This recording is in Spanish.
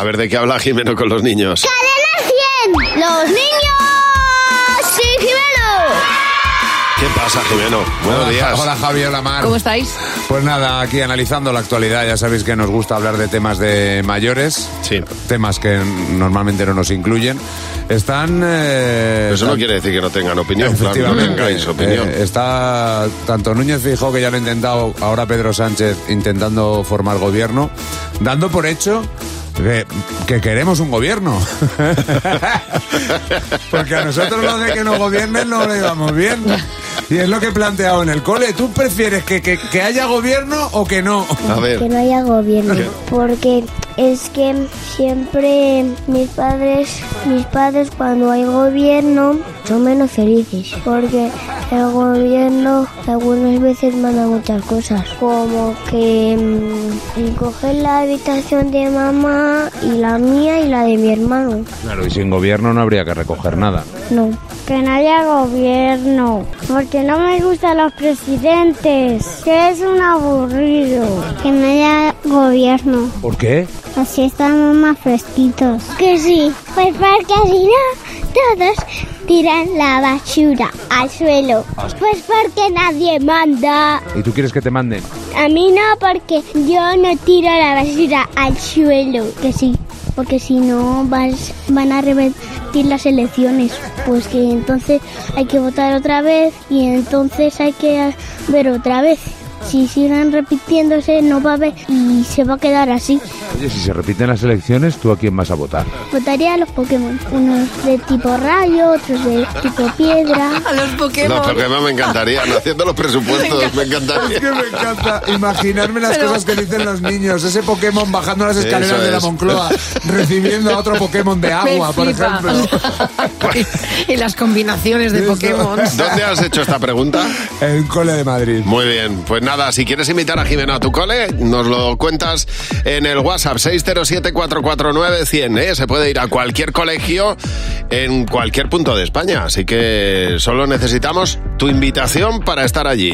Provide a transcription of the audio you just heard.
A ver, ¿de qué habla Jimeno con los niños? ¡Cadena 100! ¡Los niños! ¡Sí, Jimeno! ¿Qué pasa, Jimeno? Buenos Hola, días. Ja- Hola Javier Lamar. ¿Cómo estáis? Pues nada, aquí analizando la actualidad, ya sabéis que nos gusta hablar de temas de mayores, Sí. temas que normalmente no nos incluyen. Están... eh, Pero Eso no tan- quiere decir que no tengan opinión, Fran, no Efectivamente, tengáis opinión. eh, está tanto Núñez Fijo, que ya lo ha intentado, ahora Pedro Sánchez intentando formar gobierno, dando por hecho que, que queremos un gobierno. Porque a nosotros lo de que nos gobiernen no lo llevamos bien. Y es lo que he planteado en el cole. ¿Tú prefieres que, que- que haya gobierno o eh. que no? A Que ver, no haya gobierno. ¿Qué? Porque es que siempre mis padres, mis padres cuando hay gobierno son menos felices. Porque el gobierno algunas veces manda muchas cosas. Como que mm, cogen la habitación de mamá y la mía y la de mi hermano. Claro, y sin gobierno no habría que recoger nada. No. Que no haya gobierno, porque no me gustan los presidentes, que es un aburrido. Que no haya gobierno, ¿Por qué? así estamos más fresquitos. Que sí, pues porque así no, todos tiran la basura al suelo. Pues porque nadie manda. ¿Y tú quieres que te manden? A mí no, porque yo no tiro la basura al suelo. Que sí, porque si no vas, van a revertir las elecciones. Pues que entonces hay que votar otra vez y entonces hay que ver otra vez. Si siguen repitiéndose no va a haber y se va a quedar así. Oye, si se repiten las elecciones, ¿tú a quién vas a votar? Votaría a los Pokémon. Unos de tipo rayo, otros de tipo piedra. A los los Pokémon. Pokémon me encantarían. Haciendo los presupuestos, me encantaría. Es que me encanta imaginarme las Pero- cosas que dicen los niños. Ese Pokémon bajando las escaleras Eso de la es. Moncloa, recibiendo a otro Pokémon de agua, Me por flipa. ejemplo. y las combinaciones de Eso. Pokémon. ¿Dónde has hecho esta pregunta? En un cole de Madrid. Muy bien, pues nada, si quieres invitar a Jimeno a tu cole, nos lo cuentas en el WhatsApp 607-449-100. ¿eh? Se puede ir a cualquier colegio en cualquier punto de España, así que solo necesitamos tu invitación para estar allí.